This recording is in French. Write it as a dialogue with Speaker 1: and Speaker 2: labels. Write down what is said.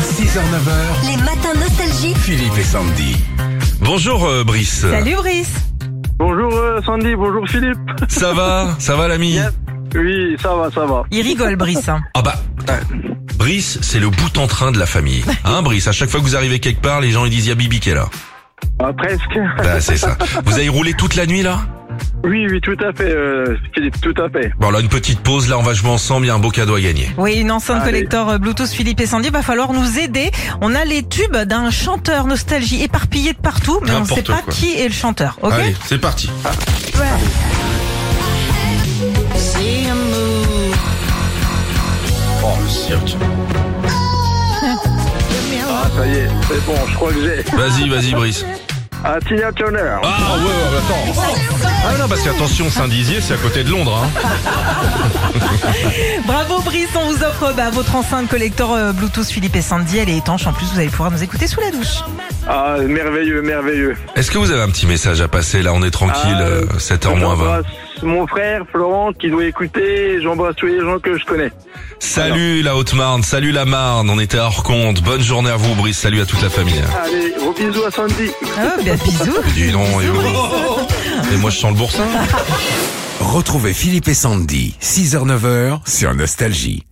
Speaker 1: 6h-9h,
Speaker 2: Les matins nostalgiques.
Speaker 1: Philippe et Sandy.
Speaker 3: Bonjour euh, Brice.
Speaker 4: Salut Brice
Speaker 5: Bonjour euh, Sandy, bonjour Philippe.
Speaker 3: Ça va Ça va l'ami
Speaker 5: Yes. Oui, ça va, ça va.
Speaker 4: Il rigole Brice. hein.
Speaker 3: Ah bah euh, Brice, c'est le bout en train de la famille. Hein Brice, à chaque fois que vous arrivez quelque part, les gens ils disent "Il y a Bibi qui est là."
Speaker 5: Ah, presque.
Speaker 3: Bah c'est ça. Vous avez roulé toute la nuit là
Speaker 5: Oui, oui, tout à fait, euh, Philippe, tout à fait.
Speaker 3: Bon là une petite pause, là on va jouer ensemble, il y a un beau cadeau à gagner.
Speaker 4: Oui, une enceinte
Speaker 5: Allez.
Speaker 4: collector euh, Bluetooth Philippe et Sandy, va falloir nous aider. On a les tubes d'un chanteur nostalgie éparpillé de partout, mais on ne
Speaker 3: N'importe
Speaker 4: sait pas
Speaker 3: quoi.
Speaker 4: qui est le chanteur, ok
Speaker 3: Allez, c'est parti. Oh le cirque.
Speaker 5: Ah, ça y est, c'est bon, je crois que j'ai.
Speaker 3: Vas-y, vas-y Brice.
Speaker 5: Ah, Tina Turner.
Speaker 3: Ah ouais, ouais, attends. Ah non parce qu'attention Saint-Dizier, c'est à côté de Londres hein.
Speaker 4: Bravo Brice, on vous offre bah, votre enceinte collector euh, Bluetooth Philippe et Sandy, elle est étanche, en plus vous allez pouvoir nous écouter sous la douche.
Speaker 5: Ah, merveilleux, merveilleux.
Speaker 3: Est-ce que vous avez un petit message à passer là, on est tranquille,
Speaker 5: Ah,
Speaker 3: euh, 7h moins 20.
Speaker 5: J'embrasse mon frère, Florent, qui doit écouter. et J'embrasse tous les gens que je connais.
Speaker 3: Salut la Haute-Marne, salut la Marne, on était à Orconde. Bonne journée à vous Brice, salut à toute la famille.
Speaker 5: Allez, gros bisous à Sandy.
Speaker 4: Oh, bah, bisous
Speaker 3: Dis donc, et vous. Et moi je sens le boursin.
Speaker 1: Retrouvez Philippe et Sandy, 6h-9h, sur Nostalgie.